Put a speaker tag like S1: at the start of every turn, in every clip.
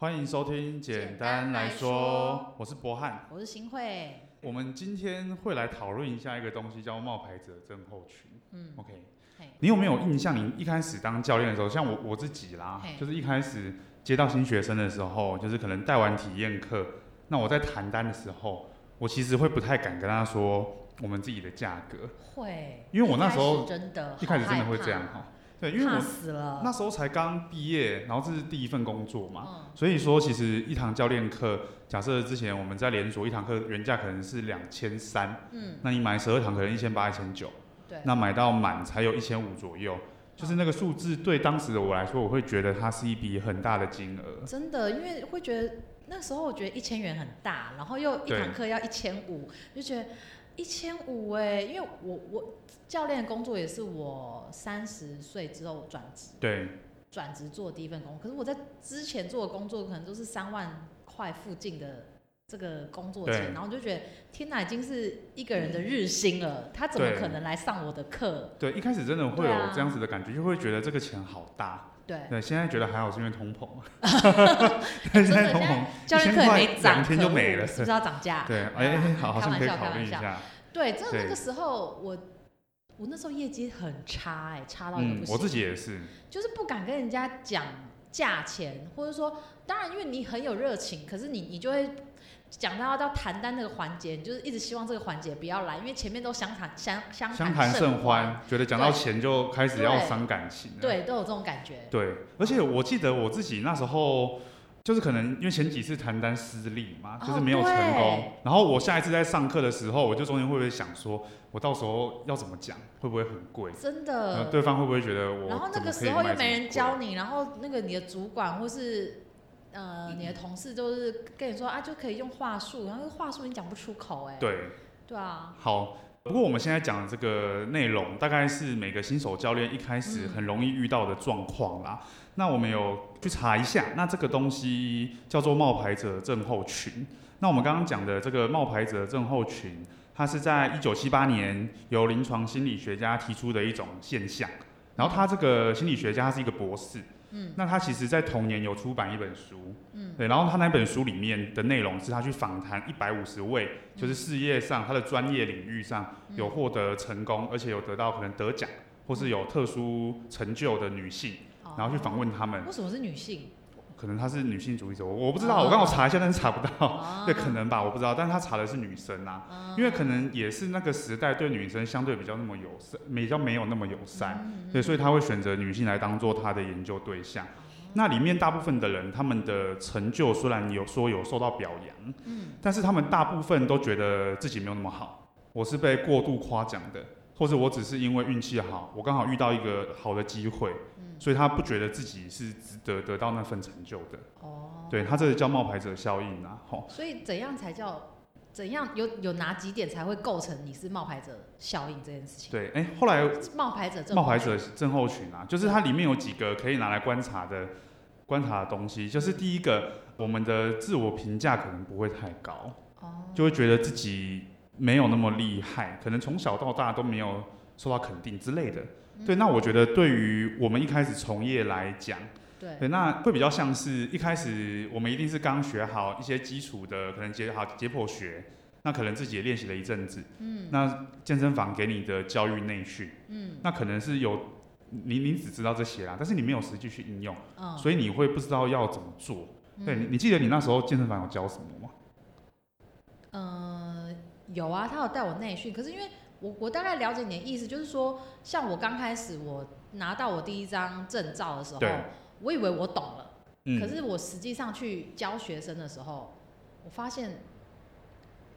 S1: 欢迎收听，简单来说，我是博翰。
S2: 我是新会，
S1: 我们今天会来讨论一下一个东西，叫冒牌者症候群。
S2: 嗯，
S1: OK，
S2: 嘿
S1: 你有没有印象？你一开始当教练的时候，像我我自己啦
S2: 嘿，
S1: 就是一开始接到新学生的时候，就是可能带完体验课，那我在谈单的时候，我其实会不太敢跟他说我们自己的价格，
S2: 会，
S1: 因为我那时候
S2: 一开始真的，
S1: 一开始真的
S2: 好害
S1: 会
S2: 怕
S1: 这样，哈。对，因为
S2: 怕
S1: 我
S2: 死了，
S1: 那时候才刚毕业，然后这是第一份工作嘛，
S2: 嗯，
S1: 所以说，其实一堂教练课，假设之前我们在连锁一堂课原价可能是两千三，
S2: 嗯，
S1: 那你买十二堂可能一千八、一千九，
S2: 对，
S1: 那买到满才有一千五左右，就是那个数字对当时的我来说，我会觉得它是一笔很大的金额。
S2: 真的，因为会觉得那时候我觉得一千元很大，然后又一
S1: 对
S2: 堂课要一千五，就觉得一千五哎，因为我我教练的工作也是我三十岁之后转职
S1: 对，
S2: 转职做的第一份工，可是我在之前做的工作可能都是三万块附近的这个工作
S1: 对
S2: 钱，然后我就觉得天哪，已经是一个人的日薪了，他怎么
S1: 对
S2: 可能来上我的课？
S1: 对，一开始真的会
S2: 对
S1: 有
S2: 啊
S1: 这样子的感觉，就会觉得这个钱好大。
S2: 对，
S1: 对，现在觉得还好，是因为通 膨。
S2: 真
S1: 现在
S2: 的
S1: 通
S2: 现在
S1: 膨，
S2: 教练课
S1: 1000
S2: 也
S1: 块
S2: 没涨，
S1: 两天就没了
S2: 可恶是不是要涨价？
S1: 对，哎、好，好像
S2: 开玩
S1: 可以
S2: 笑，
S1: 考
S2: 啊开
S1: 虑
S2: 玩
S1: 一
S2: 笑。
S1: 下。
S2: 对，真的
S1: 对
S2: 那个时候我我那时候业绩很差哎、差到一个
S1: 嗯
S2: 不，行。
S1: 我自己也是。
S2: 就是不敢跟人家讲价钱，或者说，当然因为你很有热情，可是你你就会讲到到谈单那个环节，你就是一直希望这个环节不要来，因为前面都相谈相相
S1: 相谈
S2: 谈
S1: 甚
S2: 欢，
S1: 欢，觉得讲到钱就开始要伤感情了。
S2: 对，都有这种感觉。
S1: 对，而且我记得我自己那时候就是可能因为前几次谈单失利嘛，
S2: 哦
S1: 就是没有成功
S2: 对。
S1: 然后我下一次在上课的时候，我就中间会不会想说，我到时候要怎么讲，会不会很贵？
S2: 真
S1: 然
S2: 的
S1: 后。对方会不会觉得我
S2: 呃然后
S1: 怎
S2: 那
S1: 么
S2: 个
S1: 可以
S2: 时候
S1: 买
S2: 又
S1: 这么
S2: 没人
S1: 贵
S2: 教你，然后那个你的主管或是呃你的同事就是跟你说啊，就可以用话术，然后话术你讲不出口哎、
S1: 对，
S2: 对啊，
S1: 好。不过我们现在讲的这个内容，大概是每个新手教练一开始
S2: 嗯
S1: 很容易遇到的状况啦。那我们有去查一下，那这个东西叫做冒牌者症候群。那我们刚刚讲的这个冒牌者症候群，它是在一九七八年由临床心理学家提出的一种现象。然后他这个心理学家他是一个博士，
S2: 嗯，
S1: 那他其实在同年有出版一本书，嗯，对，然后他那本书里面的内容是他去访谈一百五十位，就是事业上他的专业领域上
S2: 嗯
S1: 有获得成功，而且有得到可能得奖或是有特殊成就的女性，
S2: 哦
S1: 然后去访问他们，
S2: 为什么是女性？
S1: 可能她是女性主义者，我我不知道，
S2: 哦
S1: 我刚好查一下，但是查不到，
S2: 啊
S1: 对，可能吧，我不知道，但是他查的是女生啊，
S2: 嗯
S1: 因为可能也是那个时代对女生相对比较那么友善，比较没有那么友善，
S2: 嗯
S1: 对，所以他会选择女性来当做他的研究对象。
S2: 哦
S1: 那里面大部分的人，他们的成就虽然有说有受到表扬，
S2: 嗯
S1: 但是他们大部分都觉得自己没有那么好，我是被过度夸奖的，或者我只是因为运气好，我刚好遇到一个好的机会，
S2: 嗯
S1: 所以他不觉得自己是值得得到那份成就的。
S2: 哦，
S1: 对他这个叫冒牌者效应啊，吼。
S2: 所以怎样才叫怎样有有哪几点才会构成你是冒牌者效应这件事情？
S1: 对，哎、后来
S2: 冒牌者这
S1: 冒牌者症候群啊，就是它里面有几个可以拿来观察的观察的东西，就是第一个，我们的自我评价可能不会太高，
S2: 哦，
S1: 就会觉得自己没有那么厉害，可能从小到大都没有受到肯定之类的。对，那我觉得对于我们一开始从业来讲，
S2: 对
S1: 对，那会比较像是一开始我们一定是刚学好一些基础的，可能解好解剖学，那可能自己也练习了一阵子，嗯，那健身房给你的教育内训，嗯，那可能是有你你只知道这些啦，但是你没有实际去应用，
S2: 嗯，
S1: 所以你会不知道要怎么做。对你，你记得你那时候健身房有教什么吗？
S2: 嗯、呃有啊，他有带我内训，可是因为我我大概了解你的意思，就是说，像我刚开始我拿到我第一张证照的时候
S1: 对，
S2: 我以为我懂了。
S1: 嗯，
S2: 可是我实际上去教学生的时候，我发现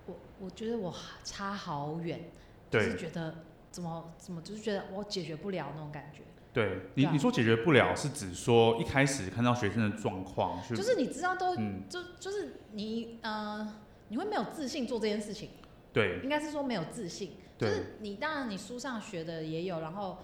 S2: 我我觉得我差好远，就
S1: 对
S2: 是觉得怎么怎么就是觉得我解决不了那种感觉。
S1: 对你
S2: 对啊
S1: 你说解决不了，是指说一开始看到学生的状况，就
S2: 就是你知道都、
S1: 嗯，
S2: 就就是你呃，你会没有自信做这件事情，
S1: 对
S2: 应该是说没有自信。就
S1: 对
S2: 是你当然你书上学的也有，然后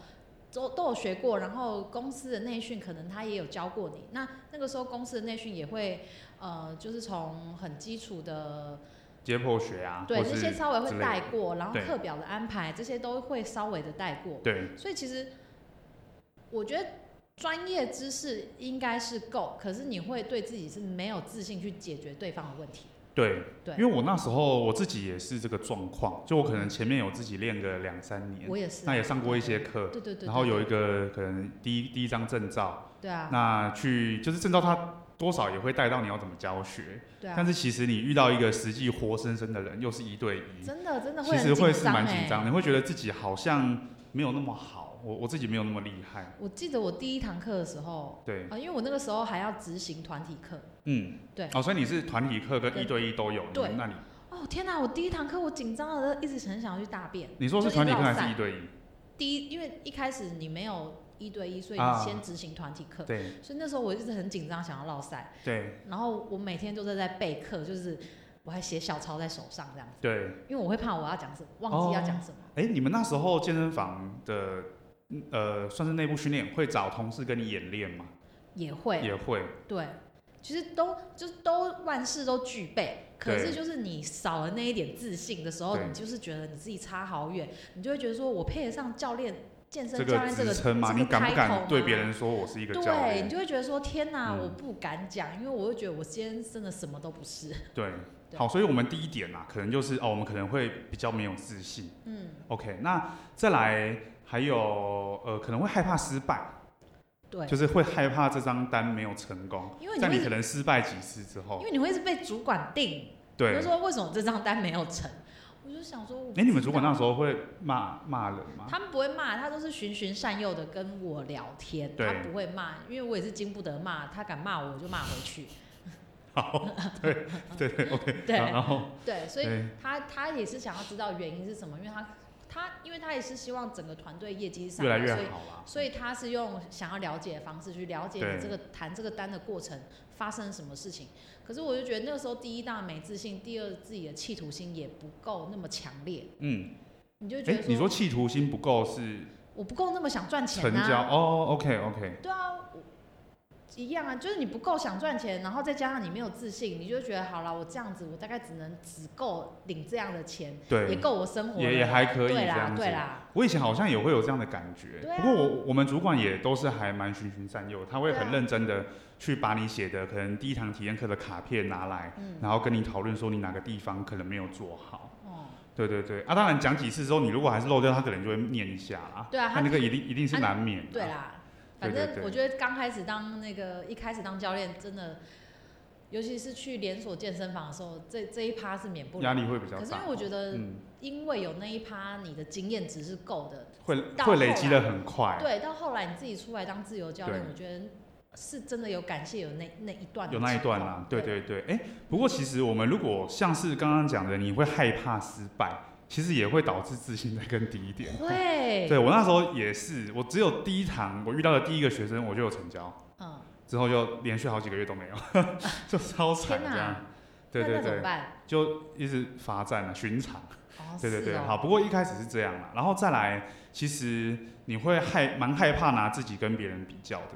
S2: 都都有学过，然后公司的内训可能他也有教过你。那那个时候公司的内训也会呃，就是从很基础的。
S1: 解剖学啊，
S2: 对，
S1: 或
S2: 这
S1: 是
S2: 些稍微
S1: 之
S2: 会
S1: 类的
S2: 带过，然后
S1: 对
S2: 课表的安排这些都会稍微的带过，
S1: 对
S2: 所以其实我觉得专业知识应该是够，可是你会对自己是没有自信去解决对方的问题。
S1: 对，
S2: 对
S1: 因为我那时候我自己也是这个状况，就我可能前面有自己练个两三年，
S2: 我也是啊，
S1: 那也上过一些课，
S2: 对对对，
S1: 然后有一
S2: 个
S1: 个可能第一第一张证照，
S2: 对啊，
S1: 那去就是证照它多少也会带到你要怎么教学，
S2: 对啊
S1: 但，是其实你遇到一个实际活生生的人，又是一对一，
S2: 真的真的
S1: 其
S2: 会
S1: 实
S2: 很
S1: 会
S2: 紧
S1: 是
S2: 张
S1: 蛮紧
S2: 哎。
S1: 张的，你会觉得自己好像没有那么好，我我自己没有那么厉害，
S2: 我记得我第一堂课的时候，
S1: 对，
S2: 啊，因为我那个时候还要执行团体课，
S1: 嗯，
S2: 对
S1: 哦，所以你是团体课跟
S2: 对
S1: 一对一都有，你
S2: 对
S1: 那你
S2: 哦天哪，我第一堂课我紧张的一直很想要去大便。
S1: 你说是
S2: 就
S1: 团体课
S2: 绕
S1: 还
S2: 散
S1: 是一对一？
S2: 第一，因为一开始你没有一对一，所以
S1: 啊
S2: 你先执行团体课，
S1: 对
S2: 所以那时候我一直很紧张，想要落赛，
S1: 对
S2: 然后我每天都在在备课，就是我还写小抄在手上这样子，
S1: 对，
S2: 因为我会怕我要讲什么，忘记要讲什么。
S1: 哎、你们那时候健身房的嗯呃，算是内部训练，会找同事跟你演练吗？
S2: 也会
S1: 也会，
S2: 对，其实都就是都万事都具备，可
S1: 对
S2: 是就是你少了那一点自信的时候，
S1: 对
S2: 你就是觉得你自己差好远，你就会觉得说我配得上教练健身
S1: 这
S2: 教
S1: 个
S2: 练这
S1: 职
S2: 个
S1: 称嘛，
S2: 这个
S1: 你敢不
S2: 开头
S1: 敢
S2: 吗
S1: 对别人说我是一个教
S2: 对，你
S1: 练？
S2: 就会觉得说天哪，
S1: 嗯
S2: 我不敢讲，因为我会觉得我今天真的什么都不是。
S1: 对，
S2: 对
S1: 好，所以我们第一点啊，可能就是哦，我们可能会比较没有自信。
S2: 嗯，
S1: OK，那再来还有呃，可能会害怕失败，
S2: 对，
S1: 就是会害怕这张单没有成功，
S2: 因为你
S1: 在
S2: 会
S1: 你
S2: 一
S1: 可
S2: 直，
S1: 能失败几次之
S2: 因
S1: 后，
S2: 为你会一直被主管定，比
S1: 对
S2: 如。说为什么这张单没有成，我就想说，
S1: 哎、你们主管那时候会骂骂人吗？
S2: 他们不会骂，他都是循循善诱的跟我聊天，
S1: 对
S2: 他不会骂，因为我也是经不得骂，他敢骂我我就骂回 去，
S1: 好，对对对，OK。
S2: 对
S1: 然后，
S2: 对，所以
S1: 对
S2: 他他也是想要知道原因是什么，因为他他因为他也是希望整个团队业绩上
S1: 越
S2: 来，
S1: 来越
S2: 所以
S1: 好啦。
S2: 所以他是用想要了解的方式去了解
S1: 对
S2: 你这个谈这个单的过程发生什么事情。可是我就觉得那个时候，第一当然没自信，第二自己的企图心也不够那么强烈，
S1: 嗯，
S2: 你就觉
S1: 哎、
S2: 得
S1: 你说企图心不够是
S2: 我不够那么想赚钱
S1: 成交、
S2: 啊，
S1: 哦？OK OK，
S2: 对啊。我一样啊，就是你不够想赚钱，然后再加上你没有自信，你就觉得好了，我这样子，我大概只能只够领这样的钱，也
S1: 对，
S2: 够我生活了
S1: 也也还可以这
S2: 对
S1: 样
S2: 啦，
S1: 子。
S2: 对啦，
S1: 我以前好像也会有这样的感觉，
S2: 对啊
S1: 不过我我们主管也都是还蛮循循善诱，他会
S2: 对啊
S1: 很认真的去把你写的可能第一堂体验课的卡片拿来，
S2: 嗯，
S1: 然后跟你讨论说你哪个地方可能没有做好。
S2: 哦，
S1: 对对对，啊，当然讲几次之后，你如果还是漏掉，他可能就会念一下啦。
S2: 对啊
S1: 他
S2: 他
S1: 那个一定一定是
S2: 他
S1: 难免、啊
S2: 对，啦，
S1: 对
S2: 反
S1: 对
S2: 正
S1: 对
S2: 我觉得刚开始当那个一开始当教练，真的，尤其是去连锁健身房的时候，这这一趴是免不
S1: 压
S2: 了。
S1: 力会比较大。
S2: 可是因为我觉得，
S1: 嗯，
S2: 因为有那一趴，你的经验值是够的。
S1: 会
S2: 到
S1: 会累
S2: 后
S1: 积
S2: 来
S1: 的很快。
S2: 对，到后来你自己出来当自由教练，
S1: 对
S2: 我觉得是真的有感谢有那那一段的
S1: 有那一
S2: 情
S1: 段
S2: 况
S1: 啦，对。对对，哎、不过其实我们如果像是刚刚讲的，你会害怕失败，其实也会导致自信在更低一点。
S2: 会，
S1: 对我那时候也是，我只有第一堂我遇到的第一个学生我就有成交，
S2: 嗯，
S1: 之后就连续好几个月都没有， 就超惨
S2: 天
S1: 这
S2: 哪
S1: 样。对
S2: 那
S1: 对
S2: 那怎么
S1: 对，
S2: 办？
S1: 就一直罚站啊，巡场。
S2: 哦，
S1: 对对对，
S2: 是哦
S1: 好。，不过一开始是这样啦，然后再来，其实你会害蛮害怕拿自己跟别人比较的，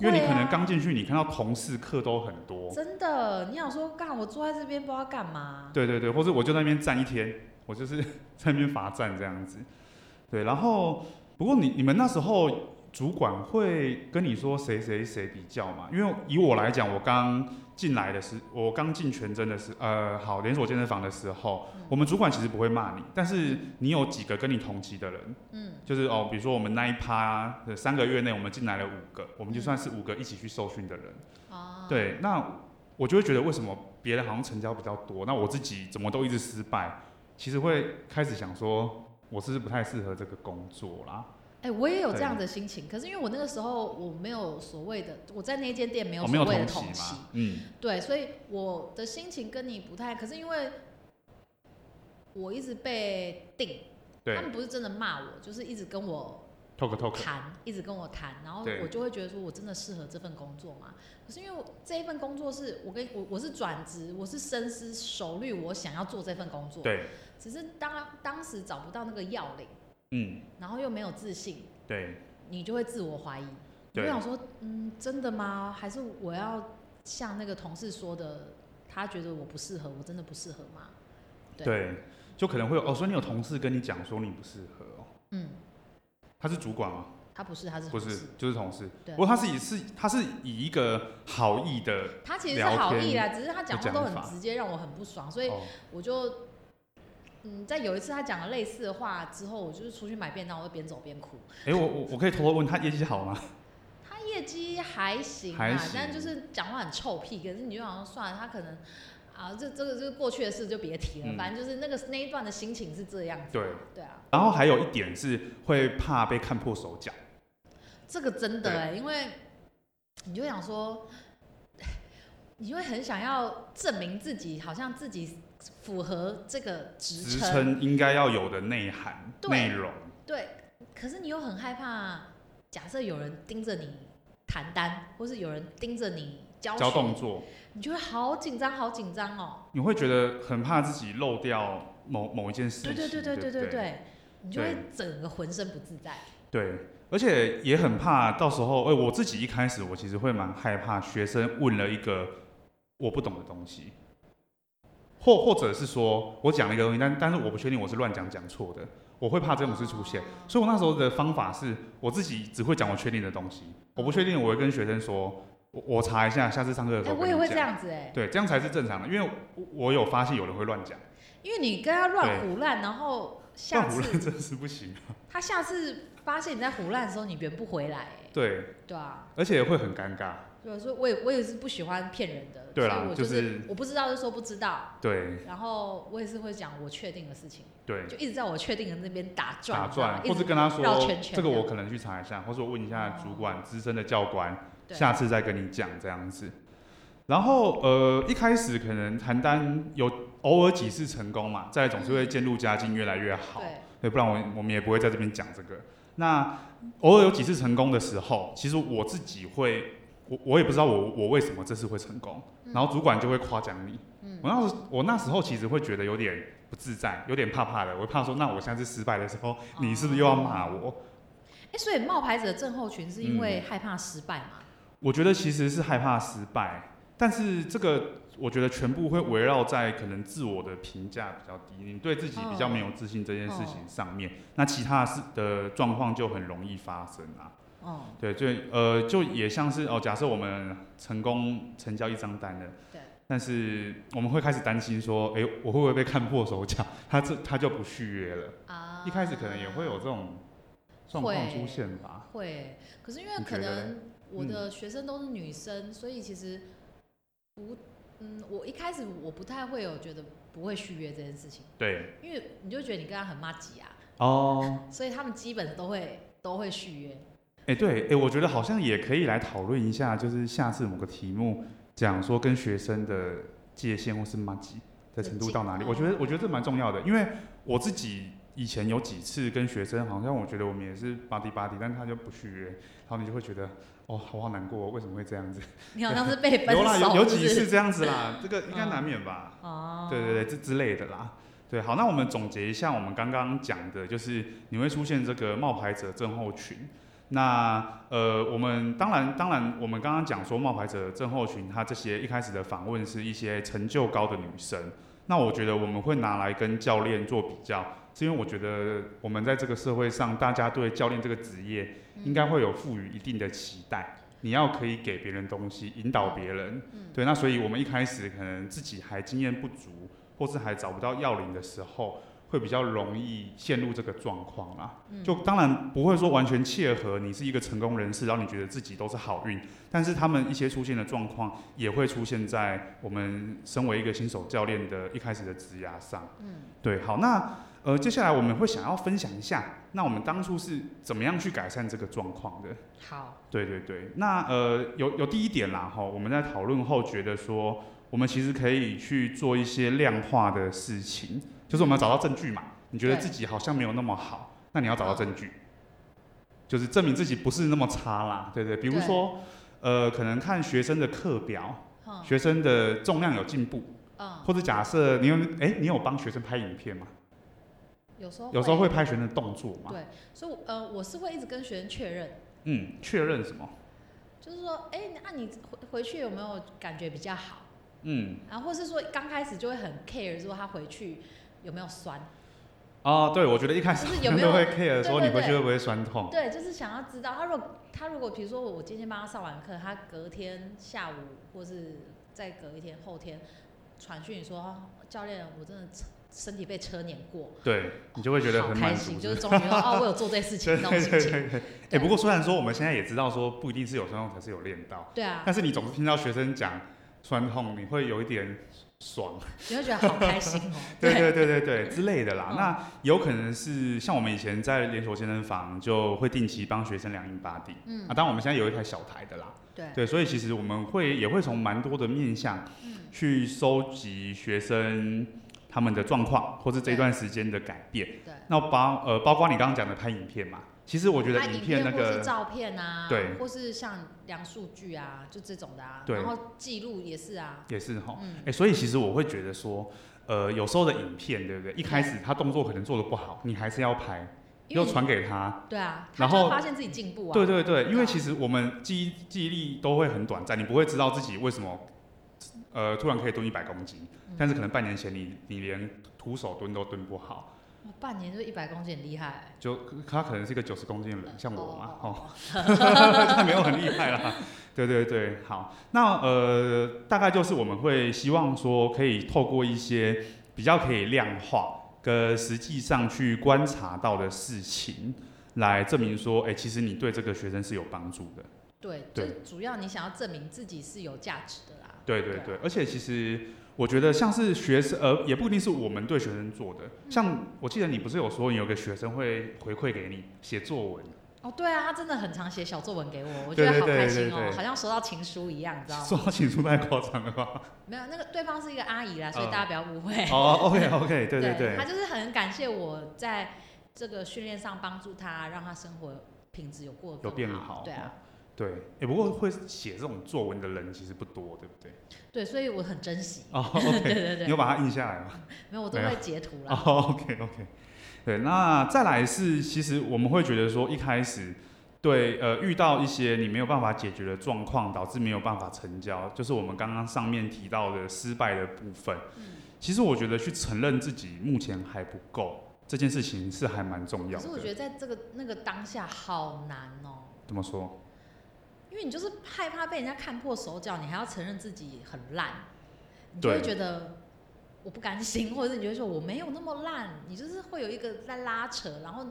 S1: 因为你
S2: 会
S1: 可能
S2: 啊
S1: 刚进去，你看到同事课都很多，
S2: 真的，你想说干，我坐在这边不知道干嘛。
S1: 对对对，或者我就在那边站一天，我就是 在那边罚站这样子。对，然后不过你你们那时候主管会跟你说谁谁谁比较嘛？因为以我来讲，我刚进来的时，我刚进全真的时，呃，好连锁健身房的时候，
S2: 嗯
S1: 我们主管其实不会骂你，但是你有几个跟你同级的人，
S2: 嗯，
S1: 就是哦，比如说我们那一趴的三个月内，我们进来了五个，我们就算是五个一起去受训的人。
S2: 啊，
S1: 对，那我就会觉得为什么别人好像成交比较多，那我自己怎么都一直失败？其实会开始想说，我是不是不太适合这个工作啦？
S2: 哎、我也有
S1: 对
S2: 这样的心情，可是因为我那个时候我没有所谓的，我在那间店没有
S1: 哦、没有
S2: 所谓的
S1: 期
S2: 同期，
S1: 嘛？嗯，
S2: 对，所以我的心情跟你不太，可是因为我一直被定，他
S1: 对
S2: 们不是真的骂我，就是一直跟我
S1: ，talk talk，
S2: 谈，一直跟我谈，然后
S1: 对
S2: 我就会觉得说我真的适合这份工作嘛？可是因为我这一份工作是我跟我我是转职，我是深思熟虑，我想要做这份工作，
S1: 对，
S2: 只是当当时找不到那个要领，
S1: 嗯，
S2: 然后又没有自信，
S1: 对，
S2: 你就会自我怀疑，你
S1: 对
S2: 就想说，嗯，真的吗？还是我要像那个同事说的，他觉得我不适合，我真的不适合吗？对
S1: 对，就可能会有哦，所以你有同事跟你讲说你不适合哦，
S2: 嗯，
S1: 他是主管吗？
S2: 他不是，他是
S1: 不
S2: 同
S1: 是
S2: 事。，
S1: 就是同事。
S2: 对
S1: 不过他是以是他是以一个好意的
S2: 他其实是好意啦，只是他讲话都
S1: 的讲法
S2: 很直接，让我很不爽，所以
S1: 哦
S2: 我就，嗯，在有一次他讲了类似的话之后，我就是出去买便当，我就边走边哭。
S1: 哎、我我我可以偷偷问他业绩好吗？
S2: 他业绩还行
S1: 还
S2: 啊，
S1: 行
S2: 但就是讲话很臭屁，可是你就好像算了，他可能。啊，这这个就是过去的事，就别提了。
S1: 嗯
S2: 反正就是那个那一段的心情是这样子。
S1: 对。
S2: 对啊，
S1: 然后还有一点是会怕被看破手脚，
S2: 这个真的
S1: 对
S2: 哎、因为你就想说，你会很想要证明自己，好像自己符合这个职
S1: 职
S2: 称，
S1: 称应该要有的内涵内
S2: 对
S1: 容。
S2: 对，可是你又很害怕，假设有人盯着你谈单，或是有人盯着你教
S1: 教
S2: 学
S1: 动作，
S2: 你就会好紧张，好紧张哦。
S1: 你会觉得很怕自己漏掉某某一件事
S2: 对
S1: 情。
S2: 对对对
S1: 对
S2: 对对
S1: 不对
S2: 对，你就会整个浑身不自在。
S1: 对而且也很怕到时候，哎、我自己一开始我其实会蛮害怕学生问了一个我不懂的东西，或或者是说我讲了一个东西，但但是我不确定我是乱讲讲错的，我会怕这种事出现。所以我那时候的方法是我自己只会讲我确定的东西，我不确定我会跟学生说，我我查一下，下次上课的时
S2: 哎，
S1: 候、
S2: 我也会这。样子哎，
S1: 对，这样才是正常的，因为我我有发现有人会乱讲，
S2: 因为你跟他乱胡乱，然后下
S1: 但胡
S2: 次
S1: 乱真的是不行。
S2: 他下次发现你在胡乱的时候，你圆不回来哎，
S1: 对，
S2: 对啊。
S1: 而且会很尴尬。
S2: 对，所以我也我也是不喜欢骗人的，
S1: 对啦
S2: 所以我就
S1: 就是
S2: 我不知道就说不知道，
S1: 对
S2: 然后我也是会讲我确定的事情，
S1: 对，
S2: 就一直在我确定的那边打转，
S1: 打
S2: 你知道吗
S1: 转，
S2: 一
S1: 或
S2: 直
S1: 是跟他
S2: 绕
S1: 说
S2: 圈圈
S1: 这个
S2: 这
S1: 我
S2: 样
S1: 可能去查一下，或是我问一下
S2: 哦
S1: 主管资深的教官，
S2: 对
S1: 下次再跟你讲这样子。然后呃，一开始可能邯郸有偶尔几次成功嘛，再来总是会渐入佳境，越来越好。
S2: 对，
S1: 对，不然我我们也不会在这边讲这个。那偶尔有几次成功的时候，其实我自己会，我我也不知道我我为什么这次会成功，
S2: 嗯
S1: 然后主管就会夸奖你。
S2: 嗯
S1: 我那时我那时候其实会觉得有点不自在，有点怕怕的，我会怕说，那我下次失败的时候，你是不是又要骂我？
S2: 哎、所以冒牌者症候群是因
S1: 嗯
S2: 为害怕失败嘛？
S1: 我觉得其实是害怕失败，但是这个我觉得全部会围绕在可能自我的评价比较低，你对自己比较没有自信这件事
S2: 哦
S1: 情上面，那其他的事的状况就很容易发生啊。
S2: 哦、
S1: 对，就呃，就也像是哦，假设我们成功成交一张单了，
S2: 对，
S1: 但是我们会开始担心说，哎、我会不会被看破手脚？他这他就不续约了。
S2: 啊，
S1: 一开始可能也会有这种状况出现吧。
S2: 啊会，可是因为
S1: 你觉
S2: 可
S1: 得嗯
S2: 能我的学生都是女生，所以其实不，嗯，我一开始我不太会有觉得不会续约这件事情，
S1: 对，
S2: 因为你就觉得你跟他很骂几啊，
S1: 哦，
S2: 所以他们基本都会都会续约。
S1: 哎、对，哎、我觉得好像也可以来讨论一下，就是下次某个题目讲说跟学生的界限或是骂级的程度到哪里，
S2: 哦
S1: 我觉得我觉得这蛮重要的，因为我自己。以前有几次跟学生，好像我觉得我们也是巴迪巴迪，但他就不续约，然后你就会觉得，哦，我好难过，为什么会这样 子？
S2: 你好像是被 分
S1: 有啦，有
S2: 手，
S1: 有
S2: 是不
S1: 几
S2: 是
S1: 次这样子啦，这 个应该
S2: 嗯
S1: 难免吧？
S2: 哦，
S1: 对对对，这之类的啦。对，好，那我们总结一下我们刚刚讲的，就是你会出现这个冒牌者症候群。那呃，我们当然当然，我们刚刚讲说冒牌者症候群，它这些一开始的访问是一些成就高的女生。那我觉得我们会拿来跟教练做比较，是因为我觉得我们在这个社会上，大家对教练这个职业
S2: 嗯
S1: 应该会有赋予一定的期待。你要可以给别人东西，引导别人，
S2: 嗯
S1: 对，那所以我们一开始可能自己还经验不足，或是还找不到要领的时候，会比较容易陷入这个状况啦。
S2: 嗯
S1: 就当然不会说完全切合你是一个成功人士，然后你觉得自己都是好运，但是他们一些出现的状况也会出现在我们身为一个新手教练的一开始的职涯上。
S2: 嗯
S1: 对，好，那呃，接下来我们会想要分享一下，那我们当初是怎么样去改善这个状况的？
S2: 好
S1: 对对对，那呃有有第一点啦哈，吼我们在讨论后觉得说，我们其实可以去做一些量化的事情，就是我们要找到证据嘛。你觉得
S2: 对
S1: 自己好像没有那么好，那你要找到证据，就是证明自己不是那么差啦，对对。比如
S2: 对
S1: 说，呃，可能看学生的课表，
S2: 嗯
S1: 学生的重量有进步，
S2: 嗯，
S1: 或者假设你有哎，你有帮学生拍影片吗？
S2: 有时候
S1: 有时候会拍学生的动作嘛？
S2: 对，所以我呃我是会一直跟学生确认。
S1: 嗯，确认什么？
S2: 就是说，哎、那你回回去有没有感觉比较好？
S1: 嗯，
S2: 然后或是说刚开始就会很 care，说他回去有没有酸，
S1: 哦，对，我觉得一开始
S2: 就是有
S1: 我们
S2: 没
S1: 都
S2: 有
S1: 会 care 说
S2: 对
S1: 你回去
S2: 对
S1: 会不会酸痛，
S2: 对，就是想要知道他如果他如果比如说我今天帮他上完课，他隔天下午或是再隔一天后天传讯说、哦教练我真的身体被车碾过，
S1: 对你就会觉得
S2: 好
S1: 很
S2: 开
S1: 满足
S2: 心，。就是终于说哦我有做这事情
S1: 对
S2: 那种
S1: 对
S2: 心
S1: 对
S2: 情，
S1: 对对。哎，
S2: 对
S1: 不过虽然说我们现在也知道说不一定是有酸痛才是有练到，
S2: 对啊，
S1: 但是你总是听到学生讲酸痛，你会有一点爽，，
S2: 你会觉得好开心哦
S1: 对对对对对之类的啦。
S2: 嗯
S1: 那有可能是像我们以前在连锁健身房就会定期帮学生量硬八 D
S2: 嗯
S1: 啊，当然我们现在有一台小台的啦，
S2: 对，
S1: 对，所以其实我们会也会从蛮多的面向
S2: 嗯
S1: 去收集学生他们的状况，或是这一段时间的改变。
S2: 对。
S1: 那包呃包括你刚刚讲的拍影片嘛，其实我觉得
S2: 拍影
S1: 片那
S2: 或是
S1: 个
S2: 照片啊，
S1: 对
S2: 或是像量数据啊，就这种的啊，
S1: 对
S2: 然后记录也是啊，
S1: 也是哈，
S2: 嗯
S1: 哎、所以其实我会觉得说，呃，有时候的影片对不对？一开始他动作可能做的不好，你还是要拍，
S2: 嗯因
S1: 又
S2: 为你
S1: 传给他。
S2: 对啊，
S1: 然
S2: 他就
S1: 后
S2: 会发现自己进步啊，
S1: 对对对，因
S2: 对
S1: 为
S2: 啊
S1: 其实我们记忆记忆力都会很短暂，你不会知道自己为什么，呃，突然可以蹲一百公斤，
S2: 嗯
S1: 但是可能半年前你你连徒手蹲都蹲不好，
S2: 哇半年就一百公斤很厉害、
S1: 就他可能是一个九十公斤的人，像我嘛，哦，
S2: 哦，
S1: 他没有很厉害啦。对对对，好，那呃，大概就是我们会希望说，可以透过一些比较可以量化跟实际上去观察到的事情，来证明说，哎、其实你对这个学生是有帮助的。
S2: 对，就
S1: 对
S2: 是主要你想要证明自己是有价值的啦，
S1: 对对对，而且其实我觉得像是学生，呃，也不一定是我们对学生做的。像
S2: 嗯
S1: 我记得你不是有说，你有个学生会回馈给你写作文，
S2: 哦，对啊，他真的很常写小作文给我，我觉
S1: 对
S2: 得好
S1: 对对
S2: 开心哦，
S1: 对对
S2: 好像收到情书一样，你知道吗？
S1: 说到情书太夸张了 吧？
S2: 没有，那个对方是一个阿姨啦，所以
S1: 嗯
S2: 大家不要误会。
S1: 哦，OK OK，对对对
S2: 他，就是很感谢我在这个训练上帮助他，让他生活品质有过得
S1: 有
S2: 更
S1: 变好
S2: 好。对啊，
S1: 对，哎、不过会写这种作文的人其实不多，对不对？
S2: 对，所以我很 珍惜。
S1: 哦、
S2: 对
S1: o k
S2: 对对，
S1: 你有把它印下来吗？
S2: 没有我都
S1: 没
S2: 会截图啦。
S1: 哦，OK，OK、o k OK，对，那再来是，其实我们会觉得说，一开始对，呃，遇到一些你没有办法解决的状况，导致没有办法成交，就是我们刚刚上面提到的失败的部分。
S2: 嗯，
S1: 其实我觉得去承认自己目前还不够这件事情是还蛮重要
S2: 可是我觉
S1: 的。
S2: 得在这个那个当下好难哦、
S1: 怎么说？
S2: 因为你就是害怕被人家看破手脚，你还要承认自己很烂，你就
S1: 对
S2: 会觉得我不甘心， 或者是你就会说我没有那么烂，你就是会有一个在拉扯，然后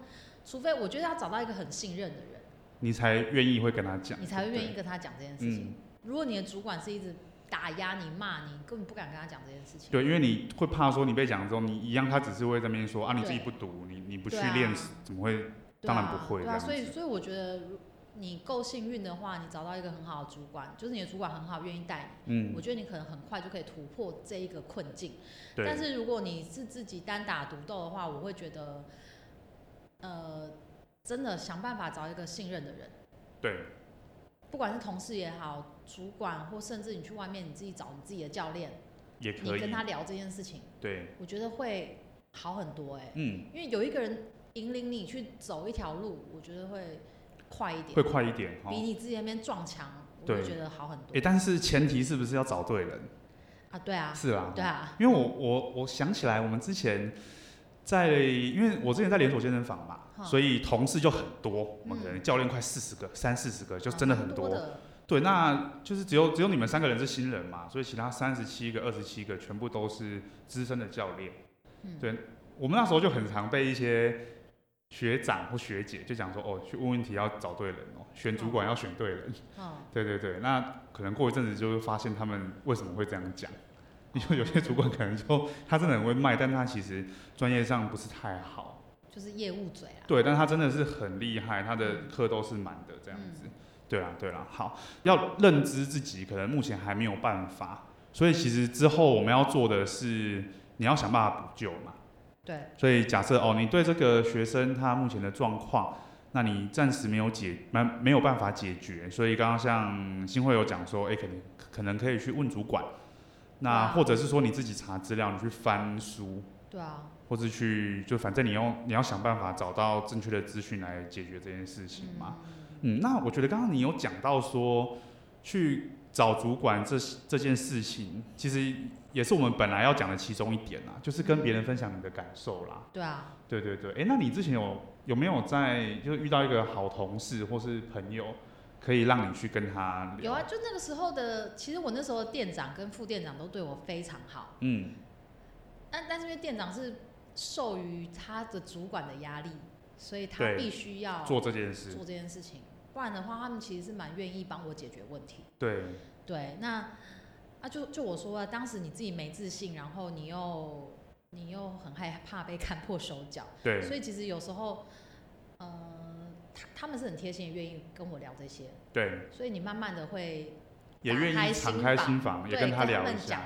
S2: 除非我觉得要找到一个很信任的人，
S1: 你才愿意会跟他讲，
S2: 你才会
S1: 对不对
S2: 愿意跟他讲这件事情。
S1: 嗯，
S2: 如果你的主管是一直打压你、骂你，根本不敢跟他讲这件事情。
S1: 对，因为你会怕说你被讲之后，你一样，他只是会在那边说啊，你自己
S2: 对
S1: 不读，你你不去
S2: 对啊
S1: 练，怎么会？
S2: 对啊，
S1: 当然不会
S2: 对
S1: 这样
S2: 啊，
S1: 子
S2: 所以所以我觉得，如你够幸运的话，你找到一个很好的主管，就是你的主管很好，愿意带你，
S1: 嗯
S2: 我，觉得你可能很快就可以突破这一个困境。
S1: 对，
S2: 但是如果你是自己单打独斗的话，我会觉得，呃，真的想办法找一个信任的人，
S1: 对，
S2: 不管是同事也好，主管或甚至你去外面你自己找你自己的教练，
S1: 也
S2: 你
S1: 可以
S2: 跟，他聊这件事情，
S1: 对，
S2: 我觉得会好很多哎、
S1: 嗯，
S2: 因为有一个人引领你去走一条路，我觉得会快一
S1: 会
S2: 点，
S1: 快一点哈
S2: 比。你自己那边撞墙，我
S1: 哦对
S2: 会觉得好很
S1: 哎，
S2: 多
S1: 但是前提是不是要找对人？
S2: 啊。对啊，
S1: 是啦，
S2: 对啊，
S1: 因为我我我想起来，我们之前在，因为我之前在连锁健身房嘛，
S2: 哈
S1: 所以同事就很多，我们
S2: 嗯
S1: 可能教练快四十个，三四十个，就
S2: 啊
S1: 真的
S2: 蛮
S1: 很
S2: 多
S1: 多。
S2: 的。
S1: 对，那就是只有只有你们三个人是新人嘛，所以其他三十七个、二十七个全部都是资深的教练。
S2: 嗯
S1: 对，我们那时候就很常被一些学长或学姐就讲说，哦，去问问题要找对人哦，选主管要选对人。
S2: 嗯，
S1: 对对对，那可能过一阵子就会发现他们为什么会这样讲。 因为有些主管可能就他真的很会卖，但他其实专业上不是太好。
S2: 就是业务嘴啊。
S1: 对，但他真的是很厉害，他的课都是满的这样子。对啦，对啦，啊好，要认知自己可能目前还没有办法，所以其实之后我们要做的是，你要想办法补救嘛。
S2: 对，
S1: 所以假设哦，你对这个学生他目前的状况，那你暂时没有解，没没有办法解决，所以刚刚像新会有讲说，哎、可能可能可以去问主管，那
S2: 啊
S1: 或者是说你自己查资料，你去翻书，
S2: 对啊，
S1: 或是去就反正你用你要想办法找到正确的资讯来解决这件事情嘛。
S2: 嗯
S1: 嗯，那我觉得刚刚你有讲到说去找主管这这件事情，其实也是我们本来要讲的其中一点啦，就是跟别人分享你的感受啦。
S2: 对啊，
S1: 对对对，哎，那你之前有有没有在就是遇到一个好同事或是朋友，可以让你去跟他聊？
S2: 有啊，，就那个时候的，其实我那时候的店长跟副店长都对我非常好，
S1: 嗯，
S2: 但但是因为店长是受于他的主管的压力，所以他
S1: 对
S2: 必须要
S1: 做这件事
S2: 做，这件事情，不然的话，他们其实是蛮愿意帮我解决问题。
S1: 对，
S2: 对，那啊就就我说啊，当时你自己没自信，然后你又你又很害怕被看破手脚，
S1: 对，
S2: 所以其实有时候，呃，他他们是很贴心，愿意跟我聊这些，
S1: 对，
S2: 所以你慢慢的会
S1: 也愿意敞开心房，也
S2: 对
S1: 跟
S2: 他
S1: 聊一
S2: 们
S1: 下
S2: 讲，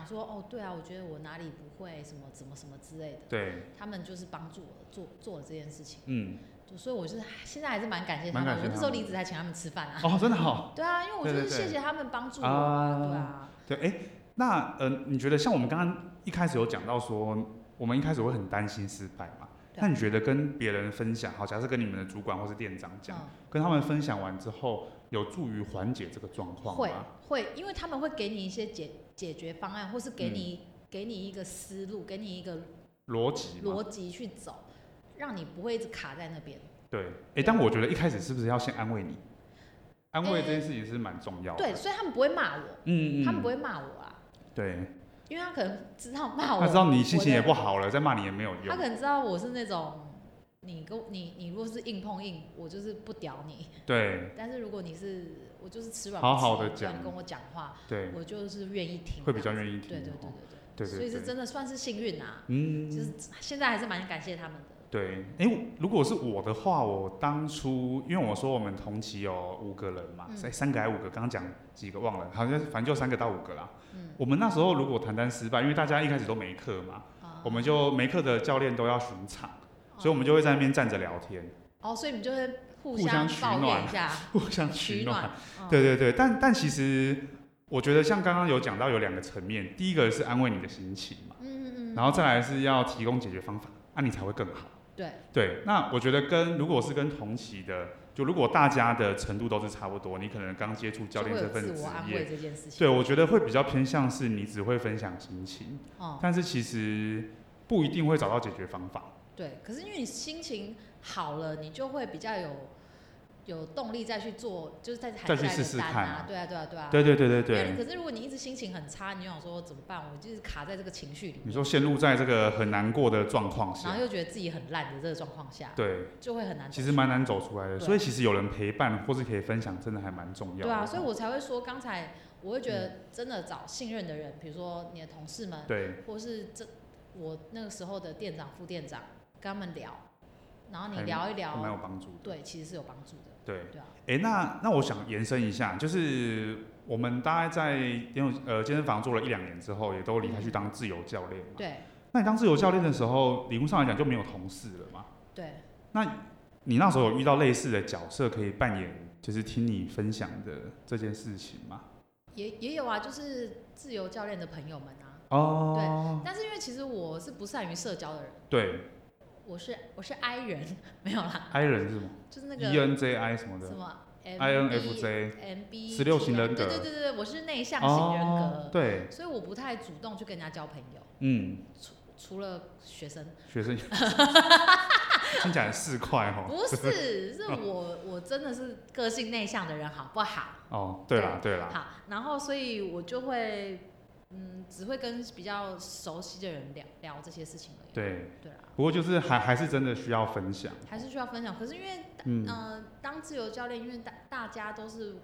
S2: 讲说，哦，对啊，我觉得我哪里不会，什么怎么什么之类的，
S1: 对，
S2: 他们就是帮助我做做了这件事情，
S1: 嗯，
S2: 就所以我就是现在还是蛮感谢他
S1: 蛮
S2: 们，
S1: 感谢
S2: 我那
S1: 他
S2: 时候
S1: 们
S2: 离职还请他们吃饭啊，
S1: 哦，真的好、
S2: 对啊，因为我就
S1: 对
S2: 是
S1: 对对
S2: 谢谢他们帮助我啊，
S1: 啊
S2: 对啊，
S1: 对，哎、那呃，你觉得像我们刚刚一开始有讲到说，我们一开始会很担心失败嘛？
S2: 对
S1: 那你觉得跟别人分享，好，假设跟你们的主管或是店长讲，
S2: 嗯。
S1: 跟他们分享完之后，有助于缓解这个状况
S2: 会
S1: 吗？
S2: 会，因为他们会给你一些解解决方案，或是给你、给你一个思路，给你一个
S1: 嗯逻辑嘛，
S2: 逻辑去走，让你不会一直卡在那边。
S1: 对，哎、但我觉得一开始是不是要先安慰你？安慰
S2: 诶
S1: 这件事情是蛮重要的。
S2: 对，所以他们不会骂我，
S1: 哦嗯，嗯嗯，
S2: 他们不会骂我啊，
S1: 对，
S2: 因为他可能知道骂我，
S1: 他知道你心情也
S2: 我
S1: 不好了，再骂你也没有
S2: 哦的，他
S1: 用。
S2: 可能知道我是那种。你跟你你如果是硬碰硬，我就是不屌你；
S1: 对
S2: 但是如果你是我就是吃软
S1: 好
S2: 不
S1: 好
S2: 吃
S1: 地
S2: 硬对
S1: 讲
S2: 你跟我讲话，
S1: 对，
S2: 我就是愿意听，
S1: 会比较
S2: 意。
S1: 愿意听。
S2: 对对对
S1: 哦
S2: 对
S1: 对对
S2: 所以是
S1: 对
S2: 真的算是幸运啊。
S1: 嗯，
S2: 就是现在还是蛮感谢他们的。
S1: 对，哎、如果是我的话，我当初因为我说我们同期有五个人嘛，
S2: 嗯
S1: 三、三个还五个，刚刚讲几个忘了，好像是反正就三个到五个啦。
S2: 嗯
S1: 我们那时候如果谈单失败，因为大家一开始都没课嘛，
S2: 啊
S1: 我们就没课的教练都要巡场，
S2: 哦
S1: 所以我们就会在那边站着聊 天，
S2: 哦，所以你们就会互
S1: 互相
S2: 相
S1: 取
S2: 抱
S1: 暖
S2: 怨一下，
S1: 互相
S2: 取
S1: 取暖。，
S2: 嗯
S1: 对对对，但但其实我觉得像刚刚有讲到有两个层面，第一个是安慰你的心情嘛，
S2: 嗯嗯嗯，
S1: 然后再来是要提供解决方法，那、你才会更好。
S2: 对，
S1: 对，那我觉得跟如果是跟同期的，就如果大家的程度都是差不多，你可能刚接触教练
S2: 就会
S1: 这
S2: 有自
S1: 份职
S2: 我安慰
S1: 业，
S2: 这件事情，
S1: 对我觉得会比较偏向是你只会分享心情，
S2: 哦，
S1: 但是其实不一定会找到解决方法。
S2: 对。可是因为你心情好了，你就会比较有有动力再去做，就是再
S1: 再
S2: 谈
S1: 去
S2: 下一
S1: 试
S2: 个
S1: 试
S2: 单
S1: 看
S2: 啊
S1: 嘛，
S2: 对啊对啊对啊。
S1: 对对对对
S2: 因为
S1: 对
S2: 你，可是如果你一直心情很差，你就想说怎么办？我就是卡在这个情绪里
S1: 你
S2: 面，
S1: 说陷入在这个很难过的状况
S2: 然
S1: 下
S2: 后，又觉得自己很烂的这个状况下，
S1: 对，
S2: 就会很难走出来。
S1: 其实蛮难走出来的。
S2: 对
S1: 所以其实有人陪伴或是可以分享，真的还蛮重要的。嗯
S2: 对啊，所以我才会说，刚才我会觉得真的找信任的人，比如说你的同事们，
S1: 对
S2: 或是这我那个时候的店长、副店长，跟他们聊，然后你
S1: 还
S2: 聊一
S1: 蛮有
S2: 聊，
S1: 帮助的。
S2: 对，其实是有帮助的，
S1: 对。
S2: 对啊，
S1: 哎、那那我想延伸一下，就是我们大概在游泳呃健身房做了一两年之后，也都离开去当自由教练嘛。
S2: 对
S1: 那你当自由教练的时候，理论上来讲就没有同事了嘛？
S2: 对，
S1: 你那时候有遇到类似的角色可以扮演，就是听你分享的这件事情吗？
S2: 也也有啊，就是自由教练的朋友们啊，
S1: 哦，
S2: 但是因为其实我是不善于社交的人，
S1: 对
S2: 我是我是 I 人， 没有啦，
S1: ，I 人是什么、
S2: 就是那
S1: e
S2: 个
S1: N J I 什么
S2: 什
S1: 的
S2: 么
S1: ，I N F J
S2: MB
S1: 16型人格
S2: 对对对对，对我是内向型人
S1: 哦
S2: 格，
S1: 对，
S2: 所以我不太主动去跟人家交朋友。
S1: 嗯，
S2: 除了学生，
S1: 学生 听起来很市侩哦。
S2: 不是，是我 我真的是个性内向的人，好不好？
S1: 哦，对啦，对啦，
S2: 好，然后所以我就会，嗯，只会跟比较熟悉的人聊聊这些事情而已。
S1: 对。
S2: 对啊，
S1: 不过就是还还是真的需要分享。
S2: 还是需要分享。可是因为，
S1: 嗯，
S2: 呃，当自由教练，因为大大家都是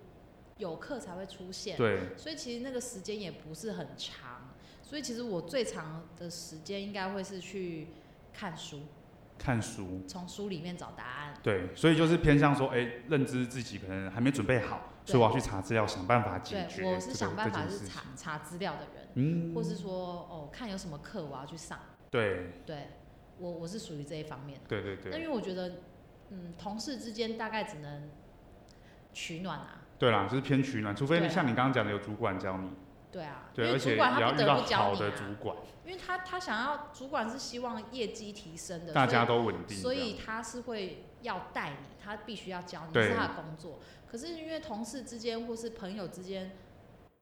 S2: 有课才会出现，
S1: 对，
S2: 所以其实那个时间也不是很长。所以其实我最长的时间应该会是去看书，
S1: 看书，
S2: 从书里面找答案。
S1: 对，所以就是偏向说，哎、认知自己可能还没准备好，
S2: 对
S1: 所以我要去查资料，想办法解
S2: 对
S1: 决、这，
S2: 我
S1: 个
S2: 是想办法
S1: 这件事
S2: 是
S1: 情
S2: 查查资料的人。
S1: 嗯，
S2: 或是说哦，看有什么课我要去上。
S1: 对，
S2: 对我我是属于这一方面的，
S1: 对对
S2: 那因
S1: 对，
S2: 为我觉得，嗯，同事之间大概只能取暖啊，
S1: 对啦，就是偏取暖，除非
S2: 对啊
S1: 像你刚刚讲的有主管教你，
S2: 对啊，
S1: 对，
S2: 因
S1: 而
S2: 为
S1: 且
S2: 主
S1: 也
S2: 管他
S1: 要
S2: 不
S1: 遇
S2: 得
S1: 到
S2: 不教
S1: 好
S2: 你
S1: 的主
S2: 啊，
S1: 管，
S2: 因为他他想要主管是希望业绩提升的，
S1: 大
S2: 所以
S1: 家都稳定，
S2: 所以他是会要带你，他必须要教你，
S1: 对
S2: 这是他的工作。可是因为同事之间或是朋友之间，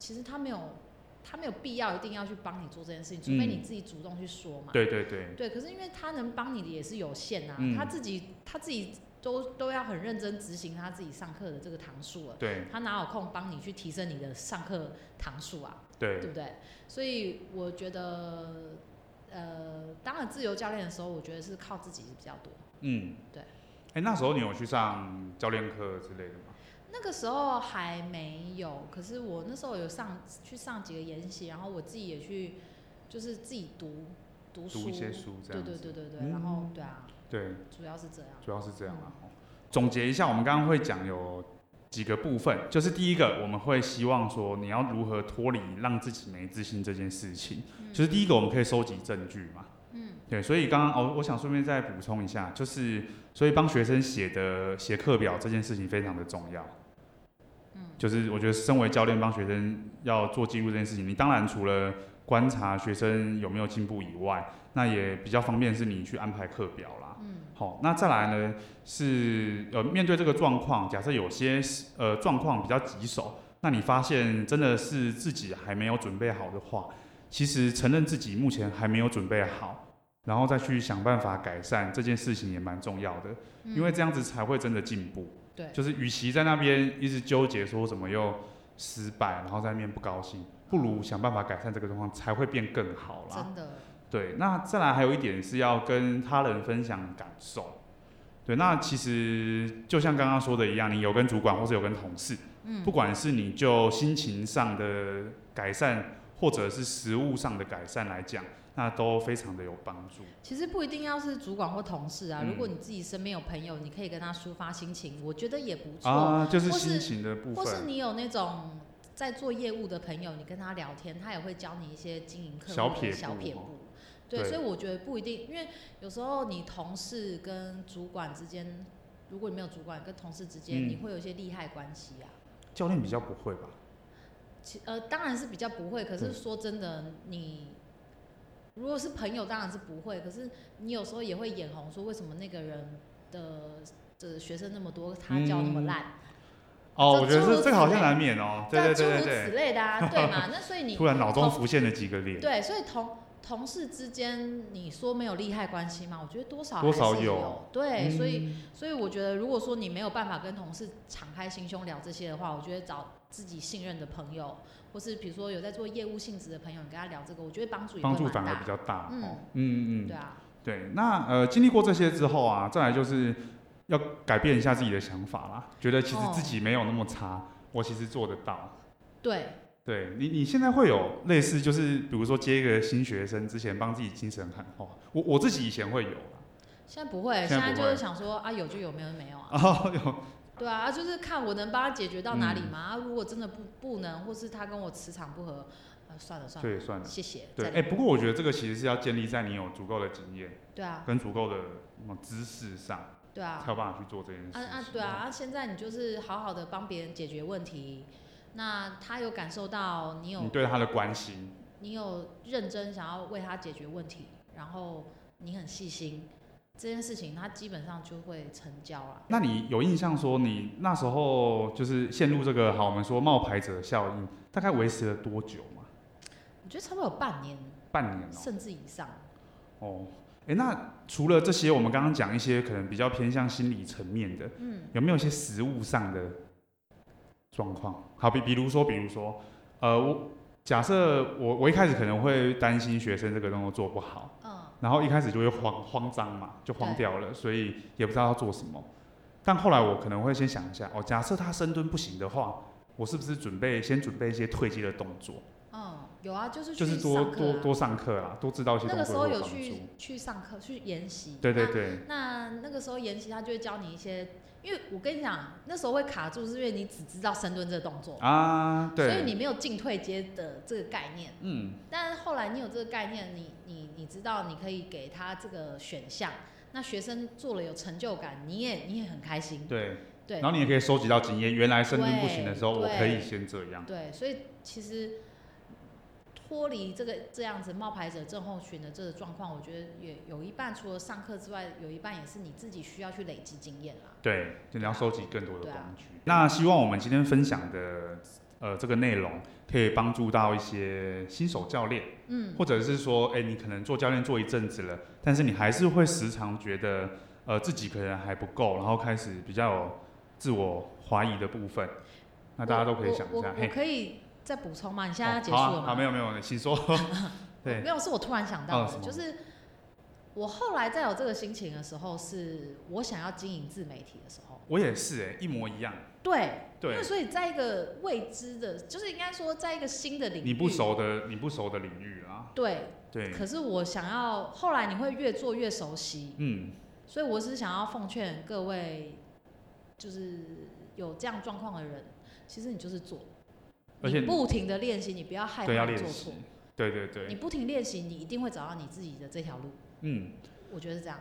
S2: 其实他没有他没有必要一定要去帮你做这件事情，除非
S1: 嗯
S2: 你自己主动去说嘛。
S1: 对对对，
S2: 对，可是因为他能帮你的也是有限啊，
S1: 嗯
S2: 他自己他自己都都要很认真执行他自己上课的这个堂数了，
S1: 对
S2: 他哪有空帮你去提升你的上课堂数啊？对
S1: 对，
S2: 不对？所以我觉得，呃，当了自由教练的时候，我觉得是靠自己比较多。
S1: 嗯，
S2: 对。
S1: 哎、那时候你有去上教练课之类的吗？
S2: 那个时候还没有，可是我那时候有上去上几个研习，然后我自己也去，就是自己读读书，
S1: 读一些书这
S2: 对
S1: 样
S2: 对
S1: 子。
S2: 对对对，
S1: 嗯
S2: 然后对啊，
S1: 对，
S2: 主要是这样。
S1: 主要是这样啦。哦总结一下，我们刚刚会讲有几个部分，就是第一个，我们会希望说你要如何脱离让自己没自信这件事情。就是第一个，我们可以收集证据嘛。
S2: 嗯，
S1: 对，所以刚刚哦，我想顺便再补充一下，就是所以帮学生写的写课表这件事情非常的重要。
S2: 嗯，
S1: 就是我觉得身为教练帮学生要做记录这件事情，你当然除了观察学生有没有进步以外，那也比较方便是你去安排课表啦。
S2: 嗯
S1: 好，那再来呢是呃，面对这个状况，假设有些呃状况比较棘手，那你发现真的是自己还没有准备好的话，其实承认自己目前还没有准备好，然后再去想办法改善这件事情也蛮重要的，
S2: 嗯，
S1: 因为这样子才会真的进步。
S2: 对
S1: 就是与其在那边一直纠结说怎么又失败，然后在那边不高兴，不如想办法改善这个状况，才会变更好啦。
S2: 真的，
S1: 对，那再来还有一点是要跟他人分享感受。对，那其实就像刚刚说的一样，你有跟主管或者有跟同事，
S2: 嗯
S1: 不管是你就心情上的改善，或者是食物上的改善来讲，那都非常的有帮助。
S2: 其实不一定要是主管或同事啊，
S1: 嗯
S2: 如果你自己身边有朋友，你可以跟他抒发心情，我觉得也不错。
S1: 啊，就是
S2: 或
S1: 心
S2: 是
S1: 情的部
S2: 或是
S1: 分，
S2: 你有那种在做业务的朋友，你跟他聊天，他也会教你一些经营客户
S1: 小
S2: 的
S1: 撇步
S2: 小撇
S1: 哦
S2: 步。对，
S1: 对
S2: 所以我觉得不一定，因为有时候你同事跟主管之间，如果你没有主管跟同事之间，
S1: 嗯
S2: 你会有一些利害关系啊。
S1: 教练比较不会吧？
S2: 其呃，当然是比较不会，可
S1: 对
S2: 是说真的，你如果是朋友，当然是不会。可是你有时候也会眼红，说为什么那个人的的学生那么多，他教那么
S1: 嗯
S2: 烂。
S1: 哦，
S2: 这
S1: 我觉得
S2: 诸如
S1: 这这个好像
S2: 此类
S1: 难免哦。对
S2: 但
S1: 对
S2: 诸
S1: 对
S2: 如
S1: 对
S2: 此
S1: 对，
S2: 类 的啊，对嘛？那所以你
S1: 突然脑中浮现了几个脸，
S2: 对，所以同同事之间，你说没有利害关系吗？我觉得多少
S1: 多
S2: 还
S1: 少
S2: 是
S1: 有
S2: 对，所以
S1: 嗯
S2: 所以我觉得，如果说你没有办法跟同事敞开心胸聊这些的话，我觉得找自己信任的朋友，或是比如说有在做业务性质的朋友，你跟他聊这个，我觉得帮助也
S1: 帮
S2: 会
S1: 助
S2: 蛮
S1: 反而
S2: 大
S1: 比。较大。
S2: 嗯
S1: 哦，嗯嗯
S2: 对。啊，
S1: 对，那呃，经历过这些之后啊，再来就是要改变一下自己的想法啦，觉得其实
S2: 哦
S1: 自己没有那么差，我其实做得到。
S2: 对，
S1: 对你，你现在会有类似，就是比如说接一个新学生之前，帮自己精神喊话。我我自己以前会有啦，
S2: 现在不会，
S1: 现在
S2: 现
S1: 不
S2: 在就
S1: 会哦
S2: 是想说啊，有就有，没有就没有啊。
S1: 然后 有，
S2: 对啊，啊就是看我能帮他解决到哪里
S1: 嗯
S2: 嘛。啊如果真的不不能，或是他跟我磁场不合，啊，算了算了，
S1: 对，算了，
S2: 谢谢。
S1: 对，
S2: 再
S1: 哎、
S2: 聊
S1: 不过我觉得这个其实是要建立在你有足够的经验
S2: 对啊，
S1: 跟足够的什么知识上，
S2: 对啊
S1: 才，有办法去做这件事
S2: 啊
S1: 情。
S2: 啊，对啊，啊！现在你就是好好的帮别人解决问题，那他有感受到你有
S1: 你对他的关心，
S2: 你有认真想要为他解决问题，然后你很细心，这件事情他基本上就会成交了。
S1: 那你有印象说你那时候就是陷入这个好，我们说冒牌者效应，大概维持了多久嘛？
S2: 我觉得差不多有半年
S1: 半年哦、
S2: 甚至以上。
S1: 哦，哎、那除了这些，我们刚刚讲一些可能比较偏向心理层面的，
S2: 嗯，
S1: 有没有一些实物上的状况？好比比如说，比如说，呃，我假设我我一开始可能会担心学生这个动作做不好，
S2: 嗯，
S1: 然后一开始就会慌慌张嘛，就慌掉了，所以也不知道要做什么。但后来我可能会先想一下，哦，假设他深蹲不行的话，我是不是准备先准备一些退阶的动作，
S2: 嗯，有啊，就是
S1: 就
S2: 去
S1: 是多
S2: 上
S1: 多
S2: 课啊。
S1: 多上课啦，多知道一些
S2: 那
S1: 动
S2: 个时
S1: 作
S2: 候
S1: 会有
S2: 有
S1: 帮
S2: 去
S1: 助。
S2: 去上课去研习，
S1: 对对
S2: 那
S1: 对，
S2: 那那个时候研习他就会教你一些，因为我跟你讲，那时候会卡住，是因为你只知道深蹲这个动作，
S1: 啊，
S2: 所以
S1: 对，
S2: 你没有进退阶的这个概念。
S1: 嗯，
S2: 但是后来你有这个概念，你你你知道你可以给他这个选项，那学生做了有成就感，你也你也很开心。
S1: 对，
S2: 对
S1: 然后你也可以收集到经验，原来深蹲不行的时候，
S2: 对
S1: 我
S2: 对
S1: 可以先这样。
S2: 对，所以其实脱离这个这样子冒牌者症候群的这个状况，我觉得也有一半除了上课之外，有一半也是你自己需要去累积经验啦。
S1: 对，就你要收集更多的
S2: 对啊
S1: 工具。那希望我们今天分享的呃这个内容可以帮助到一些新手教练，
S2: 嗯
S1: 或者是说，哎、你可能做教练做一阵子了，但是你还是会时常觉得呃自己可能还不够，然后开始比较有自我怀疑的部分。那大家都可以想一
S2: 我
S1: 下
S2: 我，我
S1: 嘿，
S2: 可以再补充吗？你现在要结
S1: 哦
S2: 束
S1: 好
S2: 了
S1: 啊
S2: 吗？
S1: 好，没有没有，请 说。对
S2: 没，有，是我突然想到
S1: 哦
S2: 的，
S1: 什么
S2: 就是我后来再有这个心情的时候，是我想要经营自媒体的时候。
S1: 我也是、哎，一模一样。
S2: 对，
S1: 对
S2: 那，所以在一个未知的，就是应该说在一个新的领域，
S1: 你不熟的你不熟的领域啊，
S2: 对，
S1: 对，
S2: 可是我想要后来你会越做越熟悉，
S1: 嗯，
S2: 所以我只是想要奉劝各位，就是有这样状况的人，其实你就是做，
S1: 而且
S2: 你不停的练习，你不要害
S1: 对要
S2: 怕
S1: 练
S2: 做
S1: 习
S2: 错，，
S1: 对对对，
S2: 你不停练习，你一定会找到你自己的这条路，
S1: 嗯。
S2: 我觉得是这样。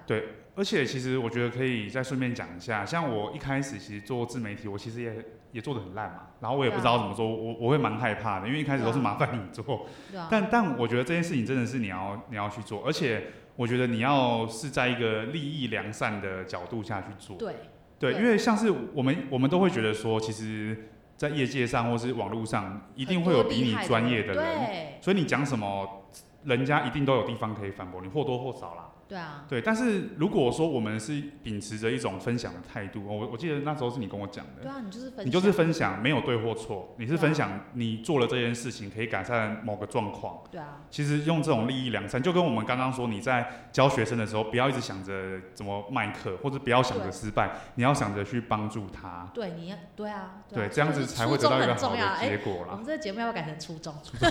S1: 而且其实我觉得可以再顺便讲一下，像我一开始其实做自媒体，我其实也也做的很烂嘛，然后我也不知道怎么
S2: 啊
S1: 做，我我会蛮害怕的，因为一开始都是麻烦你做，
S2: 对啊，
S1: 但但我觉得这件事情真的是你要你要去做，而且我觉得你要是在一个利益良善的角度下去做，
S2: 对，
S1: 对，
S2: 对
S1: 因为像是我们我们都会觉得说，其实，在业界上或是网络上，一定会有比你专业的
S2: 很多厉害
S1: 人，
S2: 对，
S1: 所以你讲什么，人家一定都有地方可以反驳你，或多或少啦。
S2: 对啊，
S1: 对，但是如果说我们是秉持着一种分享的态度，我我记得那时候是你跟我讲
S2: 对
S1: 的，
S2: 啊，你就是分享，
S1: 你就是分享，没有对或错，你是
S2: 对啊
S1: 分享你做了这件事情可以改善某个状况。
S2: 对啊，
S1: 其实用这种利益良善，就跟我们刚刚说，你在教学生的时候，不要一直想着怎么卖课，或者不要想着
S2: 对
S1: 失败，你要想着去帮助他，
S2: 对，你要对啊，
S1: 对，
S2: 啊
S1: 这样子
S2: 就是
S1: 才会得
S2: 初
S1: 到
S2: 衷
S1: 一个
S2: 很重
S1: 好
S2: 要
S1: 的
S2: 哎
S1: 结果
S2: 我
S1: 啦
S2: 们。这个节目要不要改成初中？
S1: 不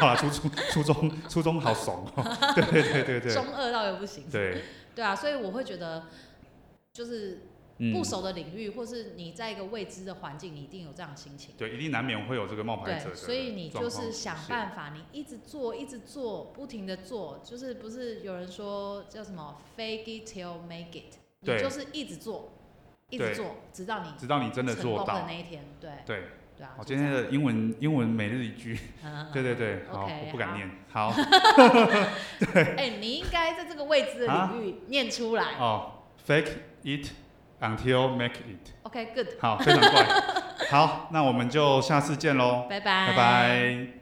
S1: 要啦，初中初中初中好怂哦、 对对对对对
S2: 中二到也不行。
S1: 对，
S2: 对啊，所以我会觉得，就是
S1: 嗯
S2: 不熟的领域，或是你在一个未知的环境，你一定有这样的心情。
S1: 对，一定难免会哦有这个冒牌者
S2: 对，
S1: 的
S2: 所以你
S1: 状
S2: 就
S1: 况
S2: 是
S1: 出
S2: 想
S1: 现
S2: 办法，你一直做，一直做，不停的做，就是不是有人说叫什么 “fake it till make it”，
S1: 对
S2: 你就是一直做，一
S1: 对
S2: 直做，直到你
S1: 直到你真的
S2: 成功
S1: 做
S2: 的
S1: 到
S2: 那。一天。对
S1: 对，
S2: 对啊，
S1: 我
S2: 就
S1: 今
S2: 这
S1: 天
S2: 样
S1: 的英文英文每日一句，
S2: 嗯
S1: 对对对，好，
S2: OK，
S1: 我不敢
S2: 好
S1: 念，好
S2: 哎、你应该在这个未知的
S1: 啊
S2: 领域念出来。
S1: 哦，fake it until make it，
S2: OK，good，、
S1: 好，非常怪，好，那我们就下次见喽，
S2: 拜拜，
S1: 拜拜